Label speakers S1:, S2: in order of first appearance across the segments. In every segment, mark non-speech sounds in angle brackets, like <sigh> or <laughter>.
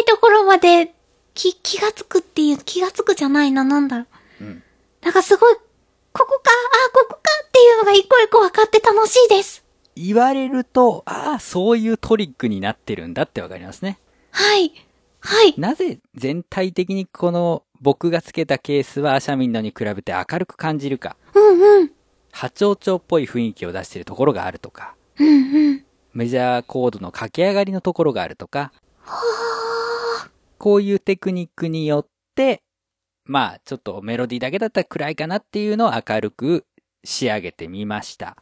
S1: いところまで気、気がつくっていう、気がつくじゃないな、なんだろう。
S2: うん。
S1: なんかすごい、ここか、あ、ここかっていうのが一個一個分かって楽しいです。
S2: 言われると、ああ、そういうトリックになってるんだってわかりますね。
S1: はい。はい。
S2: なぜ全体的にこの僕がつけたケースはアシャミンドに比べて明るく感じるか、
S1: うんうん。
S2: 波長調っぽい雰囲気を出しているところがあるとか、
S1: うんうん。
S2: メジャーコードの駆け上がりのところがあるとか、こういうテクニックによって、まあちょっとメロディーだけだったら暗いかなっていうのを明るく仕上げてみました。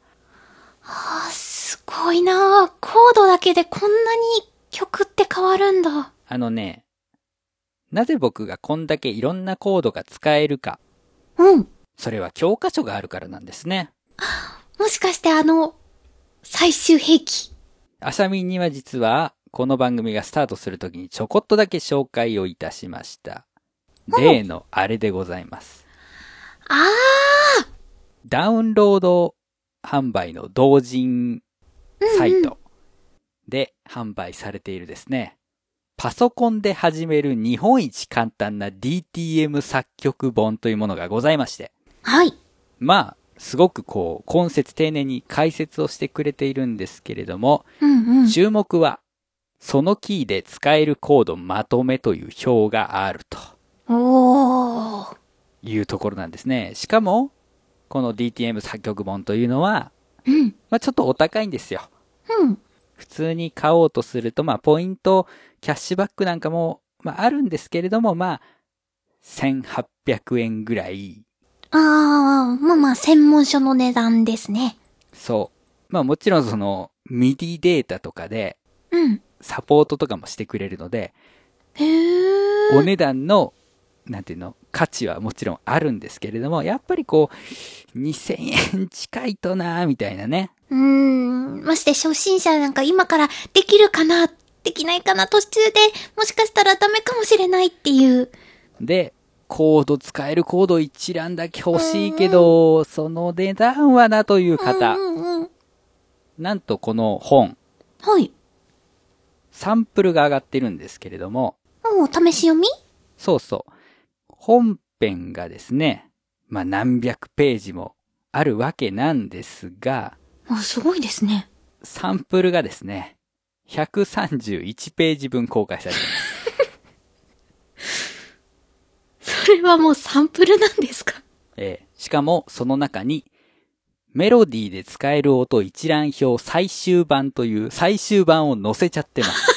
S1: あ、すごいなあコードだけでこんなに曲って変わるんだ。
S2: あのね、なぜ僕がこんだけいろんなコードが使えるか、
S1: うん。
S2: それは教科書があるからなんですね。
S1: もしかしてあの、最終兵器。
S2: アシャミンには実は、この番組がスタートするときにちょこっとだけ紹介をいたしました。例のあれでございます。
S1: あ
S2: ダウンロード販売の同人
S1: あ
S2: サイ。トで販売されているですね。パソコンで始める日本一簡単な DTM 作曲本というものがございまして。
S1: はい。
S2: まあ、すごくこう、今節丁寧に解説をしてくれているんですけれども、
S1: うんうん。
S2: 注目は、そのキーで使えるコードまとめという表があると
S1: おー。
S2: いうところなんですね。しかも、この DTM 作曲本というのは、
S1: うん。
S2: まあ、ちょっとお高いんですよ。
S1: うん。
S2: 普通に買おうとすると、まあ、ポイント、キャッシュバックなんかも、まあ、あるんですけれども、まあ、1800円ぐらい。
S1: ああ、まあまあ、専門書の値段ですね。
S2: そう。まあ、もちろんその、ミディデータとかで、
S1: うん。
S2: サポートとかもしてくれるので、
S1: へえ。
S2: お値段の、なんていうの、価値はもちろんあるんですけれども、やっぱりこう、2000円近いとなぁ、みたいなね。
S1: うーん。まして初心者なんか今からできるかな、できないかな、途中でもしかしたらダメかもしれないっていう。
S2: で、コード使えるコード一覧だけ欲しいけど、その値段はなという方
S1: う、んうんうん。
S2: なんとこの本、
S1: はい。
S2: サンプルが上がってるんですけれども、
S1: おお試し読み
S2: そうそう。本編がですね、まあ何百ページもあるわけなんですが、
S1: あ、すごいですね。
S2: サンプルがですね、131ページ分公開されてます。
S1: それはもうサンプルなんですか
S2: ええしかも、その中に、メロディーで使える音一覧表最終版という最終版を載せちゃってます。 <laughs>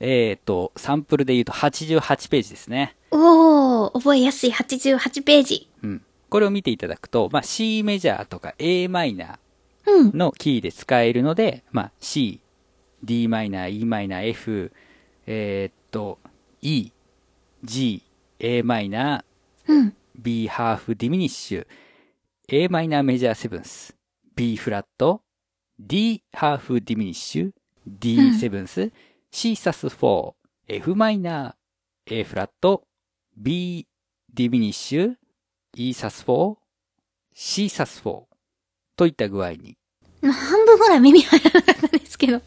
S2: えっと、サンプルで言うと88ページですね。
S1: おお覚えやすい88ページ。
S2: うん。これを見ていただくと、まあ、C メジャーとか A マイナー、
S1: うん。
S2: のキーで使えるので、まあ、C、d マイナー e マイナー f えーっと、E、G、a マイナー
S1: うん。
S2: b ハーフディミニッシュ、a マイナーメジャーセブンス、b フラット、d ハーフディミニッシュ、d セブンス、c サス4、f マイナー a フラット、b ディミニッシュ、e サス4、c サス4といった具合に
S1: 半分ぐらい耳入らなかったんですけど。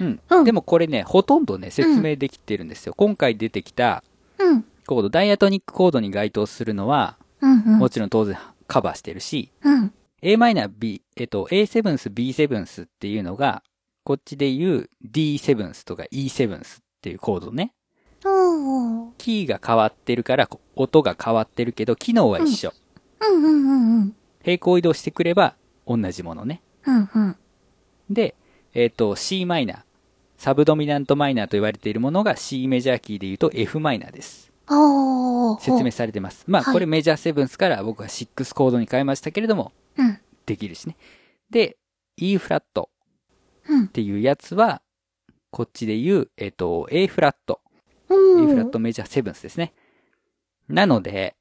S2: うん
S1: うん
S2: でもこれね、ほとんどね、説明できてるんですよ。今回出てきた
S1: うん。
S2: コード、ダイアトニックコードに該当するのは、
S1: うんうん
S2: も。ちろん当然カバーしてるし、
S1: うん。
S2: a マイナー B、えっと、a セブンス b セブンスっていうのが、こっちで言う d セブンスとか e セブンスっていうコードね。
S1: おお
S2: キーが変わってるから、こ音が変わってるけど、機能は一緒。
S1: うんうんうんうん。
S2: 平行移動してくれば、同じものね。
S1: うんうん。
S2: で、えっ、と、c マイナー。サブドミナントマイナーと言われているものが c メジャーキーで言うと f マイナーです。
S1: おー。
S2: 説明されてます。まあ、
S1: はい
S2: これメジャーセブンスから僕は6コードに変えましたけれども、
S1: うん。
S2: できるしね。で、E フラット
S1: うん
S2: っ。ていうやつは、こっちで言う、えっ、と、A フラット。
S1: う
S2: A
S1: ん。
S2: フラットメジャーセブンスですね。なので、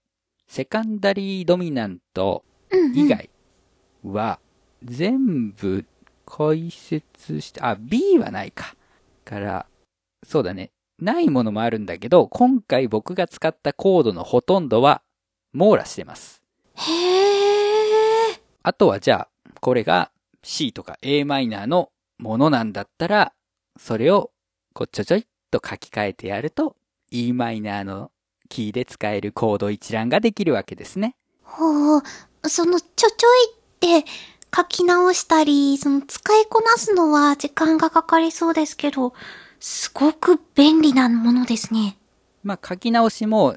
S2: セカンダリードミナント以外は、全部解説して、あ、B はないか。から、そうだね。ないものもあるんだけど、今回僕が使ったコードのほとんどは網羅してます。
S1: へー。
S2: あとはじゃあ、これが C とか a マイナーのものなんだったら、それをこうちょちょいっと書き換えてやると e マイナーのキーで使えるコード一覧ができるわけですね。
S1: ほう、そのちょちょいって書き直したり、その使いこなすのは時間がかかりそうですけど、すごく便利なものですね。
S2: まあ書き直しも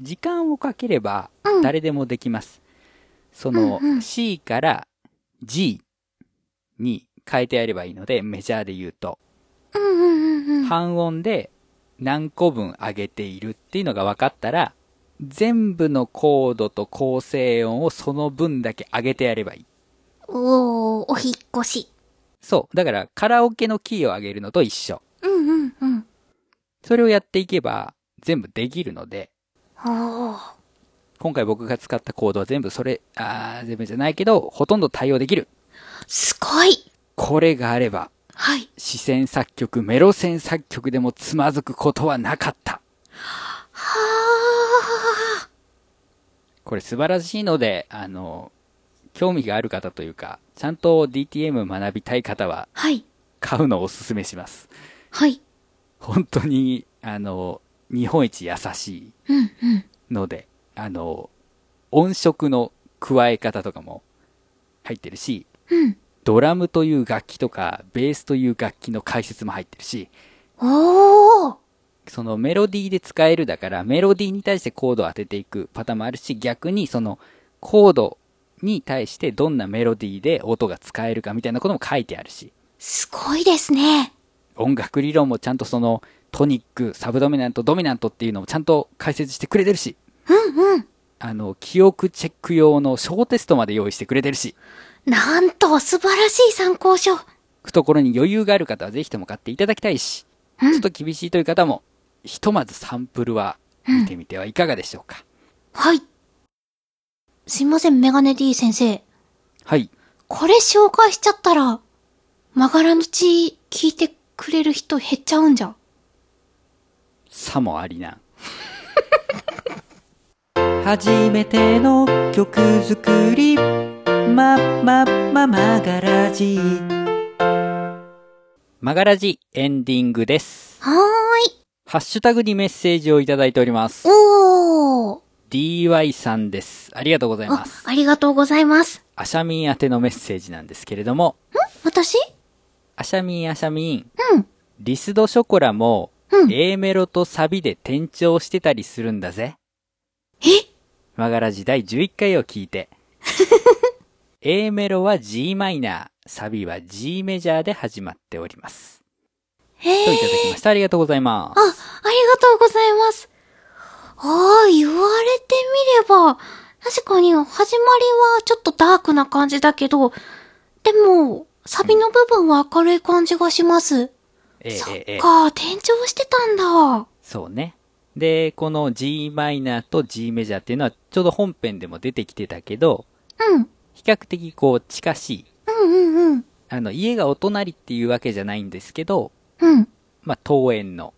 S2: 時間をかければ
S1: うん
S2: 誰でもできます。その
S1: うんうん
S2: C から G に変えてやればいいので、メジャーで言うと、
S1: うんうんうんうん。
S2: 半音で何個分上げているっていうのが分かったら、全部のコードと構成音をその分だけ上げてやればいい。
S1: おー、お引っ越し。
S2: そう。だからカラオケのキーを上げるのと一緒。
S1: うんうんうん。
S2: それをやっていけば全部できるので、
S1: おー。
S2: 今回僕が使ったコードは全部それ、あー全部じゃないけど、ほとんど対応できる。
S1: すごい
S2: これがあれば、
S1: はい。
S2: 視線作曲、メロ線作曲でもつまずくことはなかった。
S1: は
S2: これ素晴らしいので、あの、興味がある方というか、ちゃんと DTM 学びたい方は
S1: ー。はい。
S2: 買うのをおすすめします。
S1: はい。
S2: 本当に、あの、日本一優しい
S1: うんうん。
S2: ので、あの、音色の加え方とかも入ってるし、
S1: うん。
S2: ドラムという楽器とか、ベースという楽器の解説も入ってるし、
S1: おー。
S2: そのメロディーで使えるだから、メロディーに対してコードを当てていくパターンもあるし、逆にそのコードに対してどんなメロディーで音が使えるかみたいなことも書いてあるし、
S1: すごいですね。
S2: 音楽理論もちゃんとそのトニック、サブドミナント、ドミナントっていうのもちゃんと解説してくれてるし、
S1: うんうん。
S2: あの、記憶チェック用の小テストまで用意してくれてるし、
S1: なんと素晴らしい参考書。
S2: 懐に余裕がある方はぜひとも買っていただきたいし、ち
S1: うん
S2: ょっと厳しいという方も、ひとまずサンプルは見てみてはいかがでしょうか。
S1: はい。すいません、メガネ D 先生。
S2: はい。
S1: これ紹介しちゃったら、曲がらのち聞いてくれる人減っちゃうんじゃん。
S2: さもありな。初めての曲作り。ま、ま、ま、まがらじ。まがらじエンディングです。
S1: はーい。
S2: ハッシュタグにメッセージをいただいております。
S1: おー。
S2: DY さんです。ありがとうござい
S1: あ
S2: ま、す。
S1: ありがとうございます。
S2: アシャミン宛てのメッセージなんですけれども、
S1: 私
S2: アシャミンアシャミン、
S1: うん。
S2: リスドショコラも
S1: うん。
S2: A メロとサビで転調してたりするんだぜ。
S1: え
S2: マガラジ第11回を聞いて。A メロは g マイナー、サビは G メジャーで始まっております。
S1: へ
S2: と
S1: ー
S2: いただきました。ありがとうございま
S1: あ、ありがとうございます。ああ、言われてみれば、確かに始まりはちょっとダークな感じだけど、でも、サビの部分は明るい感じがします。
S2: す。
S1: そっ
S2: ええええ、
S1: か、転調してたんだ。
S2: そうね。で、この g マイナーと G メジャーっていうのはちょうど本編でも出てきてたけど、
S1: うん、
S2: 比較的こう近しい。
S1: うんうんうん、
S2: あの、家がお隣っていうわけじゃないんですけど、
S1: うん。
S2: まあ、桃園の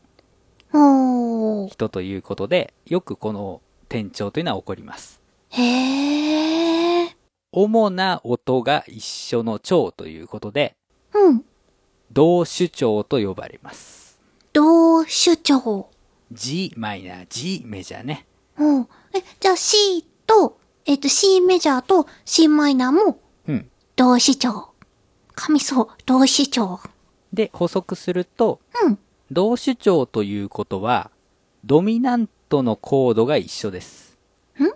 S1: おー、
S2: 人ということで、よくこの転調というのは起こります。
S1: へー、
S2: 主な音が一緒の調ということで、
S1: うん。
S2: 同主調と呼ばれます。
S1: 同主張。
S2: G マイナー、G メジャーね。
S1: うん。え、じゃあ C と、えっ、と C メジャーと C マイナーも
S2: うん。
S1: 同市長。神そう、同市長。
S2: で、補足すると、
S1: うん。
S2: 同主調ということは、ドミナントのコードが一緒です。
S1: んん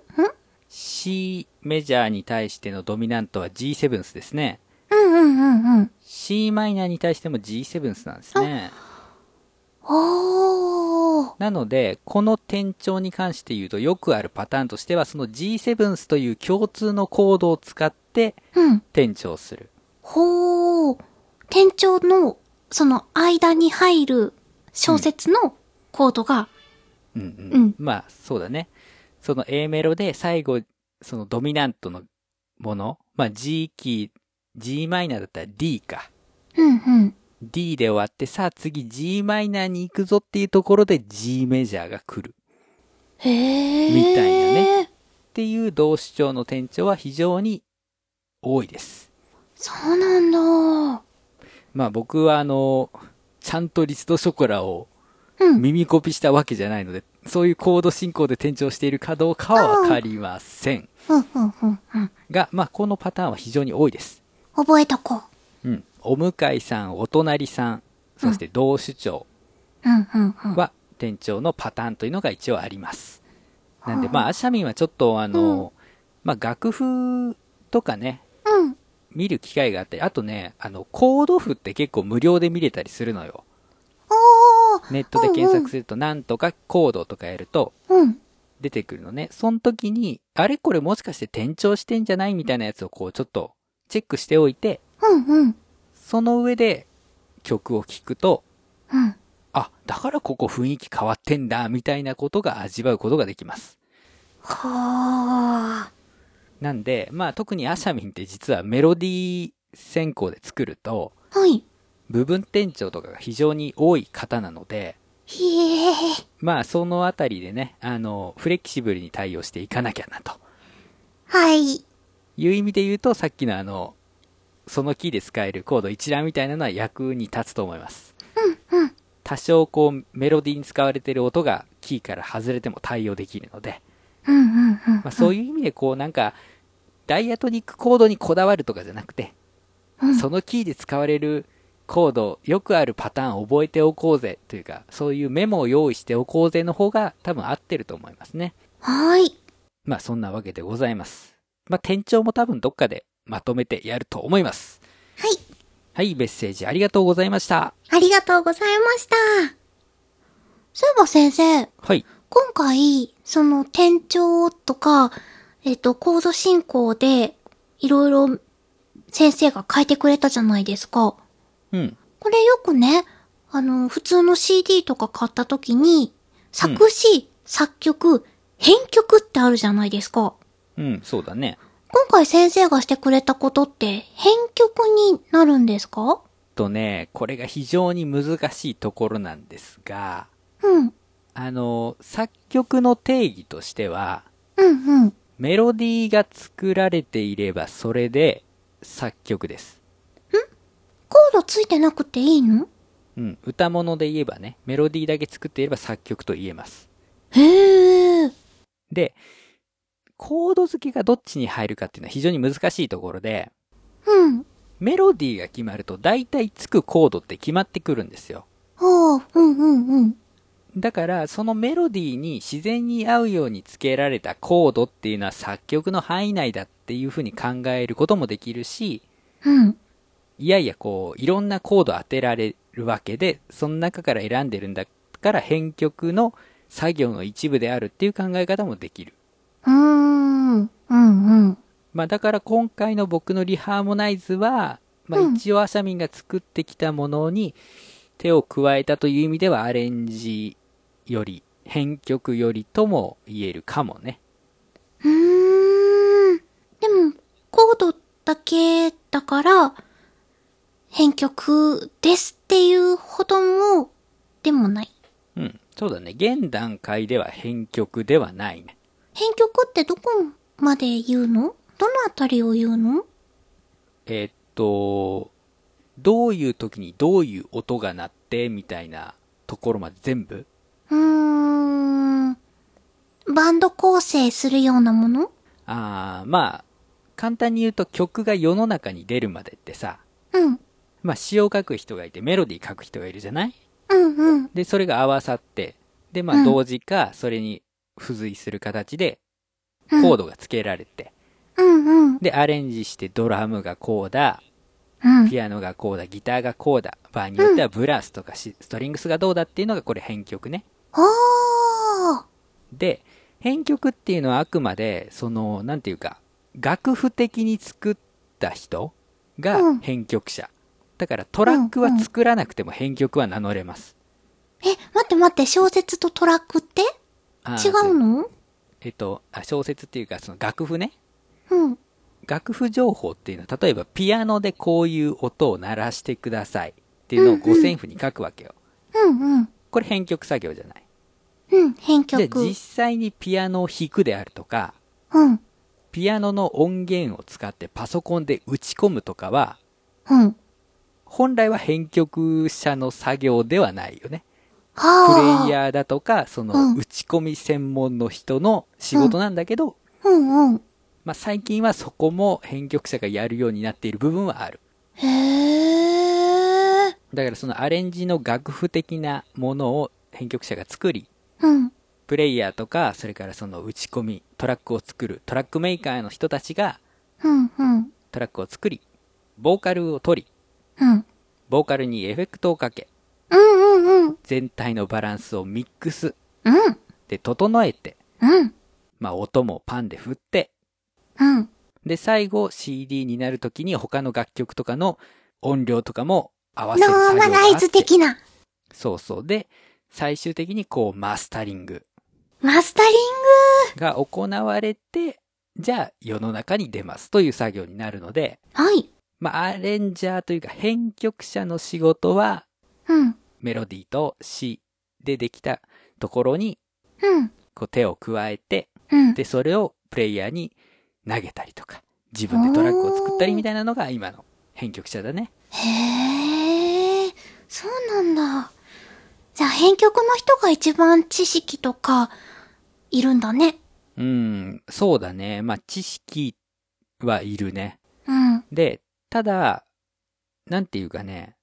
S2: C メジャーに対してのドミナントは G7 ですね。
S1: うんうんうんうん。
S2: C マイナーに対しても G7 なんですね。
S1: おー。
S2: なので、この転調に関して言うと、よくあるパターンとしては、その G7 という共通のコードを使って
S1: うん。
S2: 転調する。
S1: ほー。店長の、その間に入る小説のコードが、
S2: うんう。
S1: うんん
S2: まあ、そうだね。その A メロで最後、そのドミナントのもの、まあ G キー、G マイナーだったら D か。
S1: うんうん。
S2: D で終わって、さあ次 G マイナーに行くぞっていうところで G メジャーが来る。
S1: へー。
S2: みたいなね。っていう同主調の転調は非常に多いです。
S1: そうなんだ。
S2: まあ僕はあの、ちゃんとリストショコラを
S1: うん。
S2: 耳コピしたわけじゃないので、そういうコード進行で転調しているかどうかはわかりません。
S1: うん、うん、うん、うん。
S2: が、まあ、このパターンは非常に多いです。
S1: 覚えとこ
S2: うん。お向かいさん、お隣さん、そして同主張
S1: う。うん、うん、うん。
S2: は転調のパターンというのが一応あります。なんで、まあ、アシャミンはちょっとあの、まあ、楽譜とかね、
S1: うん。
S2: 見る機会があったり、あとね、あの、コード譜って結構無料で見れたりするのよ。
S1: おー。
S2: ネットで検索すると、なんとかコードとかやると
S1: うん。
S2: 出てくるのね。その時に、あれこれもしかして転調してんじゃないみたいなやつをこうちょっとチェックしておいて、
S1: うん、うん。
S2: その上で曲を聴くと、
S1: うん。
S2: あ、だからここ雰囲気変わってんだ、みたいなことが味わうことができます。
S1: はー。
S2: なんで、まあ特にアシャミンって実はメロディー先行で作ると、
S1: はい。
S2: 部分転調とかが非常に多い方なので、
S1: へえ。
S2: まあそのあたりでね、あの、フレキシブルに対応していかなきゃなと。
S1: はい。
S2: いう意味で言うと、さっきのあの、そのキーで使えるコード一覧みたいなのは役に立つと思います。
S1: うん、うん。
S2: 多少こうメロディーに使われている音がキーから外れても対応できるので、
S1: うん、うん、うん。
S2: まあ、そういう意味でこうなんか、ダイアトニックコードにこだわるとかじゃなくて、
S1: うん
S2: そのキーで使われるコード、よくあるパターンを覚えておこうぜというか、そういうメモを用意しておこうぜの方が多分合ってると思いますね。
S1: はい。
S2: まあそんなわけでございます。まあ店長も多分どっかでまとめてやると思います。
S1: はい。
S2: はい、メッセージありがとうございました。
S1: ありがとうございました。そういえば先生、
S2: はい。
S1: 今回、その、転調とか、えっ、と、コード進行で、いろいろ、先生が変えてくれたじゃないですか。
S2: うん。
S1: これよくね、あの、普通の CD とか買った時に、作詞、作曲、編曲ってあるじゃないですか。
S2: うん、そうだね。
S1: 今回先生がしてくれたことって、編曲になるんですか
S2: とね、これが非常に難しいところなんですが、
S1: うん、
S2: あの、作曲の定義としては、
S1: うん、うん。
S2: メロディーが作られていればそれで作曲です。
S1: コードついてなくていいの
S2: うん、歌物で言えばね、メロディーだけ作っていれば作曲と言えます。
S1: へえ。
S2: で、コード付けがどっちに入るかっていうのは非常に難しいところで、
S1: うん。
S2: メロディーが決まると大体つくコードって決まってくるんですよ。
S1: はあ、うんうんうん。
S2: だから、そのメロディーに自然に合うように付けられたコードっていうのは作曲の範囲内だっていうふうに考えることもできるし、
S1: うん。
S2: いやいやこう、いろんなコード当てられるわけで、その中から選んでるんだから編曲の作業の一部であるっていう考え方もできる。
S1: うーん。うんうん。
S2: まあだから今回の僕のリハーモナイズは、まあ
S1: うん
S2: 一応アシャミンが作ってきたものに手を加えたという意味ではアレンジより、編曲よりとも言えるかもね。
S1: うーん。でも、コードだけだから、編曲ですっていうほども、でもない。
S2: うん。そうだね。現段階では編曲ではないね。
S1: 編曲ってどこまで言うのどのあたりを言うの
S2: えーっと、どういう時にどういう音が鳴ってみたいなところまで全部
S1: うーん。バンド構成するようなもの
S2: ああ、まあ、簡単に言うと曲が世の中に出るまでってさ、
S1: うん。
S2: まあ詩を書く人がいてメロディー書く人がいるじゃない
S1: うんうん。
S2: で、それが合わさって、で、ま
S1: う
S2: あ
S1: ん
S2: 同時か、それに付随する形で
S1: うん
S2: コードが付けられて、
S1: うんうん。
S2: で、アレンジしてドラムがこうだ、
S1: うん。
S2: ピアノがこうだ、ギターがこうだ、場合によってはブラスとかしストリングスがどうだっていうのがこれ編曲ね。
S1: おー。
S2: で、編曲っていうのはあくまで、その、なんていうか、楽譜的に作った人
S1: う
S2: が
S1: ん
S2: 編曲者。だからトラックは作らなくても編曲は名乗れます。
S1: え、待って待って、小説とトラックって
S2: あー
S1: 違うの
S2: えっと、あ小説っていうか、その楽譜ね。
S1: うん。
S2: 楽譜情報っていうのは、例えばピアノでこういう音を鳴らしてくださいっていうのを五線譜に書くわけよ。
S1: うんうん。
S2: これ編曲作業じゃない。
S1: うん、編
S2: で、
S1: 曲。
S2: 実際にピアノを弾くであるとか、
S1: うん。
S2: ピアノの音源を使ってパソコンで打ち込むとかは、
S1: うん。
S2: 本来は編曲者の作業ではないよね。
S1: は
S2: プレ
S1: あ。
S2: イヤーだとか、そ
S1: うん
S2: の、打ち込み専門の人の仕事なんだけど、
S1: うんうん。
S2: まあ、最近はそこも編曲者がやるようになっている部分はある。
S1: へえ。
S2: だからそのアレンジの楽譜的なものを編曲者が作り、
S1: うん。
S2: プレイヤーとか、それからその打ち込み、トラックを作る、トラックメーカーの人たちが
S1: うんうん。
S2: トラックを作り、ボーカルを取り、
S1: うん。
S2: ボーカルにエフェクトをかけ、
S1: うんうんうん。
S2: 全体のバランスをミックス
S1: うん。
S2: で整えて、
S1: うん。
S2: まあ音もパンで振って、
S1: うん。
S2: で最後 CD になる時に他の楽曲とかの音量とかも合わせ
S1: ノ
S2: る作
S1: ー
S2: 業が
S1: マ
S2: あって
S1: ライズ的な。
S2: そうそう。で、最終的にこうマスタリング
S1: マスタリン
S2: が行われて、じゃあ世の中に出ますという作業になるので、
S1: グはい。
S2: まあアレンジャーというか編曲者の仕事は
S1: うん。
S2: メロディーと詞でできたところに
S1: うん。
S2: こう手を加えて、
S1: うん。
S2: で、それをプレイヤーに投げたりとか、自分でトラックを作ったりみたいなのが今の編曲者だね。
S1: へえ、そうなんだ。じゃあ編曲の人が一番知識とか、いるんだね。
S2: うん、そうだね。まあ、知識はいるね。
S1: うん。
S2: で、ただ、なんていうかね、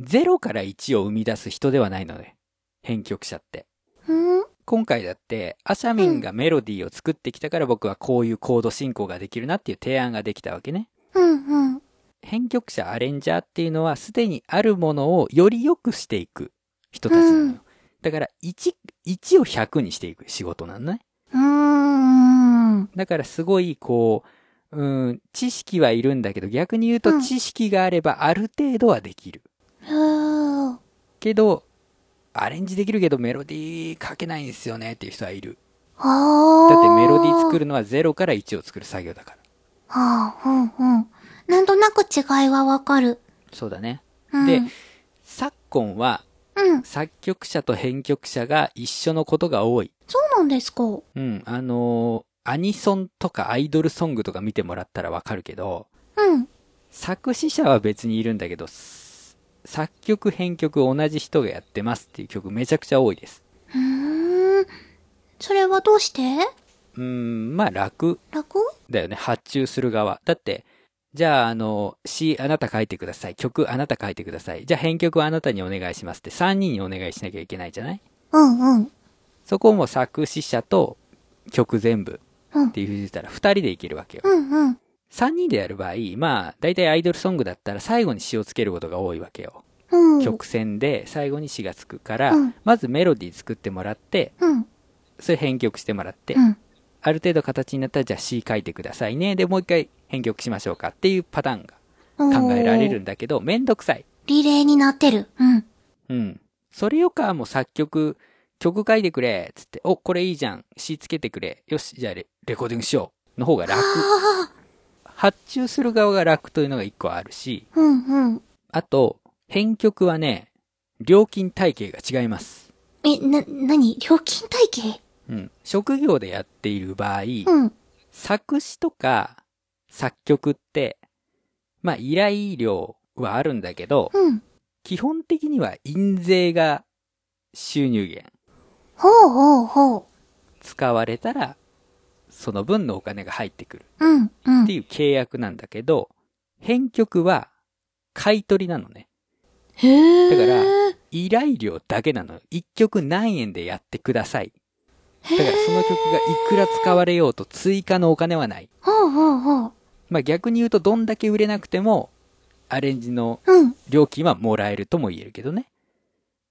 S2: 0から1を生み出す人ではないのね。編曲者って。
S1: うん
S2: 今回だって、アシャミンがメロディーを作ってきたから僕はこういうコード進行ができるなっていう提案ができたわけね。
S1: うんうん。
S2: 編曲者アレンジャーっていうのはすでにあるものをより良くしていく人たちなのよ、
S1: うん
S2: だから 1, 1を100にしていく仕事なのね
S1: うーん。
S2: だからすごいこううん知識はいるんだけど逆に言う
S1: う
S2: と
S1: ん
S2: 知識があればある程度はできる、
S1: うん。
S2: けどアレンジできるけどメロディー書けないんですよねっていう人はいる
S1: あ
S2: だってメロディー作
S1: る。
S2: るのは0から1を作る作業だから
S1: ああ、うんうん。なんとなく違いはわかる。
S2: そうだね、
S1: うん、
S2: で昨今は
S1: うん。
S2: 作曲者と編曲者が一緒のことが多い
S1: そうなんですか。うん
S2: うん、あのーアニソンとかアイドルソングとか見てもらったらわかるけど、。作詞者は別にいるんだけど、す作曲編曲同じ人がやってますっていう曲めちゃくちゃ多いです。
S1: うーん。それはどうして
S2: うん、まあ楽
S1: 楽
S2: だよね。発注する側。だって、じゃあ、あの、詞あなた書いてください。曲あなた書いてください。じゃあ編曲はあなたにお願いしますって3人にお願いしなきゃいけないじゃない
S1: うんうん。
S2: そこも作詞者と曲全部
S1: うん
S2: っていうふうに言ったら2人でいけるわけよ。
S1: うんうん。
S2: 3人でやる場合、まあ、大体アイドルソングだったら最後に詞をつけることが多いわけよ。
S1: うん。
S2: 曲線で最後に詞がつくから、
S1: うん
S2: まずメロディー作ってもらって、
S1: うん。
S2: それ編曲してもらって、
S1: うん。
S2: ある程度形になったらじゃあ詞書いてくださいね。で、もう一回編曲しましょうかっていうパターンが考えられるんだけど、めんどくさい。
S1: おー。リレーになってる。うん。
S2: うん。それよかもう作曲、曲書いてくれっつって、お、これいいじゃん。詞つけてくれ。よし、じゃあレレコーディングしよう。の方が楽。
S1: ああ。
S2: 発注する側が楽というのが一個あるし、
S1: うんうん。
S2: あと、編曲はね、料金体系が違います。
S1: え、な、なに料金体系
S2: うん。職業でやっている場合、
S1: うん。
S2: 作詞とか作曲って、まあ依頼料はあるんだけど、
S1: うん。
S2: 基本的には印税が収入源。
S1: ほうほうほう。
S2: 使われたら、その分のお金が入ってくる
S1: うん。うん。
S2: って
S1: へ
S2: いう契約なんだけど、編曲は買い取りなのね。
S1: え。
S2: だから依頼料だけなのよ。一曲何円でやってください。だからその曲がいくら使われようと追加のお金はない。
S1: ほうほうほう。
S2: まあ逆に言うとどんだけ売れなくてもアレンジの
S1: うん。
S2: 料金はもらえるとも言えるけどね。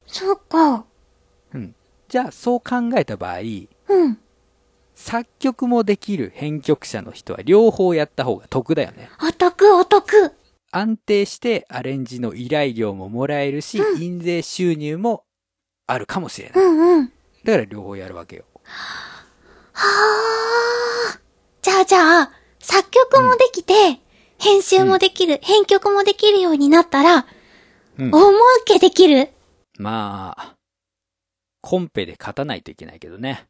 S1: そうか。
S2: うん。じゃあそう考えた場合、
S1: うん。
S2: 作曲もできる編曲者の人は両方やった方が得だよね。
S1: お得お得。
S2: 安定してアレンジの依頼料ももらえるし、印税収入もあるかもしれ
S1: う
S2: ない。
S1: んうん。
S2: だから両方やるわけよ。
S1: はあ。じゃあじゃあ、作曲もできて、編集もできる、編曲もできるようになったら、
S2: うん。
S1: 大儲けできる。
S2: まあ、コンペで勝たないといけないけどね。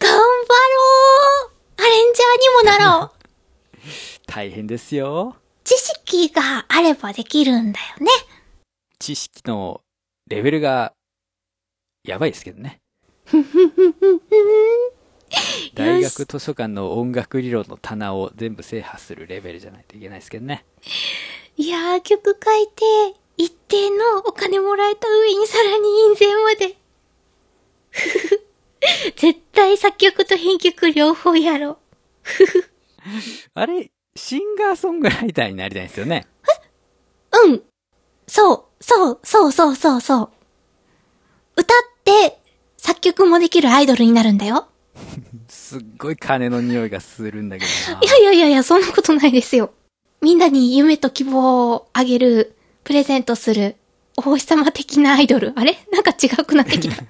S1: 頑張ろうアレンジャーにもなろう
S2: 大変ですよ。
S1: 知識があればできるんだよね。
S2: 知識のレベルがやばいですけどね。
S1: し
S2: 大学図書館の音楽理論の棚を全部制覇するレベルじゃないといけないですけどね。
S1: いやー、曲書いて、一定のお金もらえた上にさらに印税まで。 <laughs> ふふ。絶対作曲と編曲両方やろう。
S2: あれ、シンガーソングライターになりたいんですよね。
S1: うん。そう、そう、そう、そう、そう、そう。歌って、作曲もできるアイドルになるんだよ。。
S2: すっごい金の匂いがするんだけどない
S1: やいやいやいや、そんなことないですよ。みんなに夢と希望をあげる、プレゼントする、お星様的なアイドル。あれなんか違うくなってきた。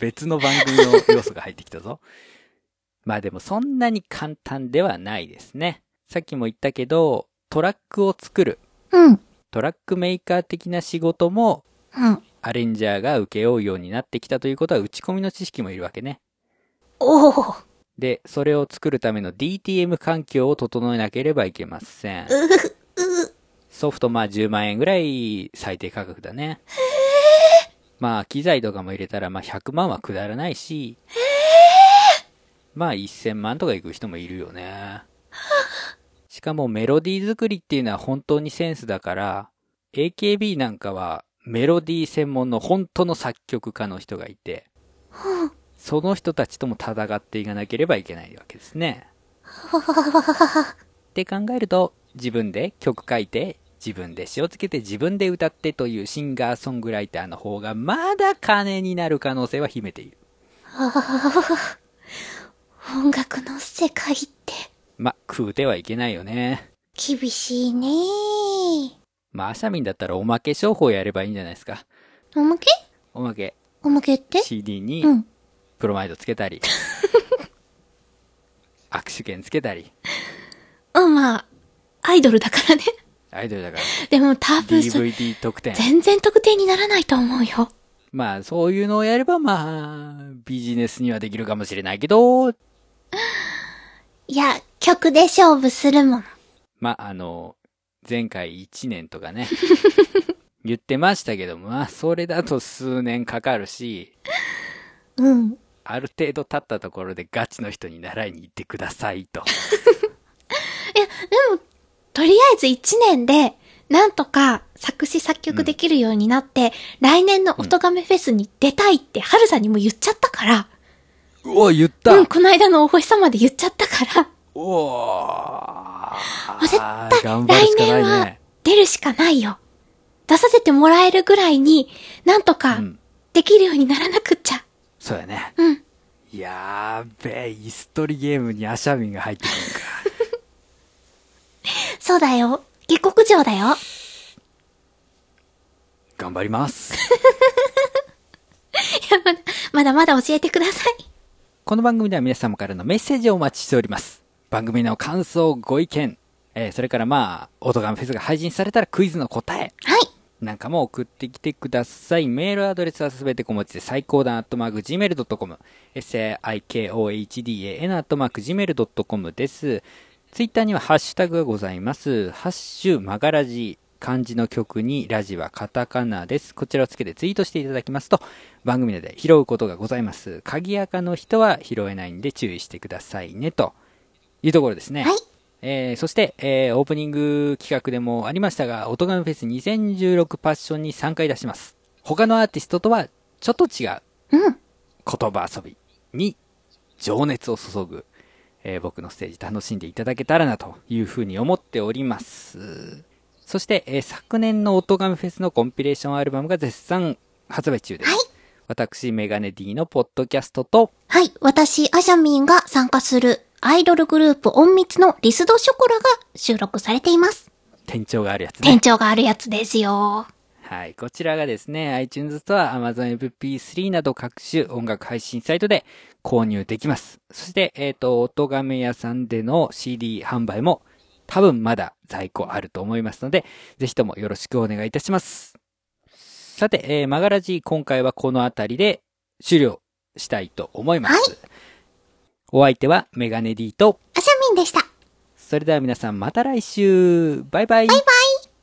S2: 別の番組の要素が入ってきたぞ。まあでもそんなに簡単ではないですね。さっきも言ったけど、トラックを作る、
S1: うん、
S2: トラックメーカー的な仕事も
S1: うん。
S2: アレンジャーが請け負うようになってきたということは打ち込みの知識もいるわけね。
S1: おお。
S2: で、それを作るための DTM 環境を整えなければいけません。
S1: うふ、うふ
S2: ソフトまあ10万円ぐらい最低価格だね。まあ機材とかも入れたらまあ100万はくだらないし、まあ1000万とかいく人もいるよね。しかもメロディー作りっていうのは本当にセンスだから、AKB なんかはメロディー専門の本当の作曲家の人がいて、その人たちとも戦っていかなければいけないわけですね。って考えると自分で曲書いて自分で詞をつけて自分で歌ってというシンガーソングライターの方がまだ金になる可能性は秘めている
S1: 音楽の世界って、
S2: ま食うてはいけないよね
S1: 厳しいね
S2: まあアシャミンだったらおまけ商法やればいいんじゃないですか
S1: おまけ
S2: おまけ
S1: おまけって
S2: CD に
S1: うん。
S2: プロマイドつけ
S1: <laughs>
S2: たり、握手券つけたり
S1: うん、まあ、アイドルだからね。 <laughs>
S2: アイドルだから
S1: でも多分そ、
S2: DVD 特典
S1: 全然特定にならないと思うよ。
S2: まあそういうのをやればまあビジネスにはできるかもしれないけど
S1: いや、曲で勝負するもの。
S2: まあ、あの、前回1年と
S1: <laughs>
S2: かね、言ってましたけども、まあ、それだと数年かかるし、
S1: うん。
S2: ある程度経ったところでガチの人に習いに行ってくださいと。
S1: とりあえず一年で、なんとか作詞作曲できるようになって、来年の音亀フェスに出たいって春さんにも言っちゃったから。
S2: うお、言った、
S1: うん、この間のお星様で言っちゃったから、
S2: おお
S1: 絶
S2: あ
S1: 対
S2: ー頑張るしかない
S1: 来年は
S2: ね。
S1: 出るしかないよ。出させてもらえるぐらいに、なんと
S2: う
S1: か
S2: ん。
S1: できるようにならなくっちゃ。
S2: そうやね。
S1: うん。
S2: やーべえ、椅子取りゲームにアシャミンが入ってくるのか。
S1: そうだよ。下克上だよ。
S2: 頑張ります。
S1: まだまだ教えてください。
S2: この番組では皆様からのメッセージをお待ちしております。番組の感想、ご意見、えーそれからまあ、オトガメフェスが配信されたらクイズの答え
S1: はい。
S2: なんかも送ってきてください。メールアドレスはすべて小文字で最高段アットマーク Gmail.com saikohdan アットマーク Gmail.com です。ツイッターにはハッシュタグがございます。ハッシュマガラジ漢字の曲にラジはカタカナです。こちらをつけてツイートしていただきますと番組内で拾うことがございます。鍵垢の人は拾えないんで注意してくださいねというところですね。
S1: はい。
S2: えーそして、えーオープニング企画でもありましたが、オトガメフェス2016パッションに参加いたします。他のアーティストとはちょっと違う
S1: うん。
S2: 言葉遊びに情熱を注ぐ、えー僕のステージ楽しんでいただけたらなというふうに思っております。そして、えー昨年のオトガメフェスのコンピレーションアルバムが絶賛発売中です。
S1: はい
S2: 私、メガネ D のポッドキャストと、
S1: はい。私、アシャミンが参加するアイドルグループ隠密のリスドショコラが収録されています。
S2: 店長があるやつね
S1: 店。長があるやつですよ。
S2: はい。こちらがですね、iTunes ストア、Amazon MP3 など各種音楽配信サイトで購入できます。そして、えっ、と、音亀屋さんでの CD 販売も多分まだ在庫あると思いますので、ぜひともよろしくお願いいたします。さて、えー、マガラジ今回はこの辺りで終了したいと思います。お相手はメガネ D と、
S1: アシャミンでした。バイ
S2: それでは皆さんまた来週バイバイ
S1: バイ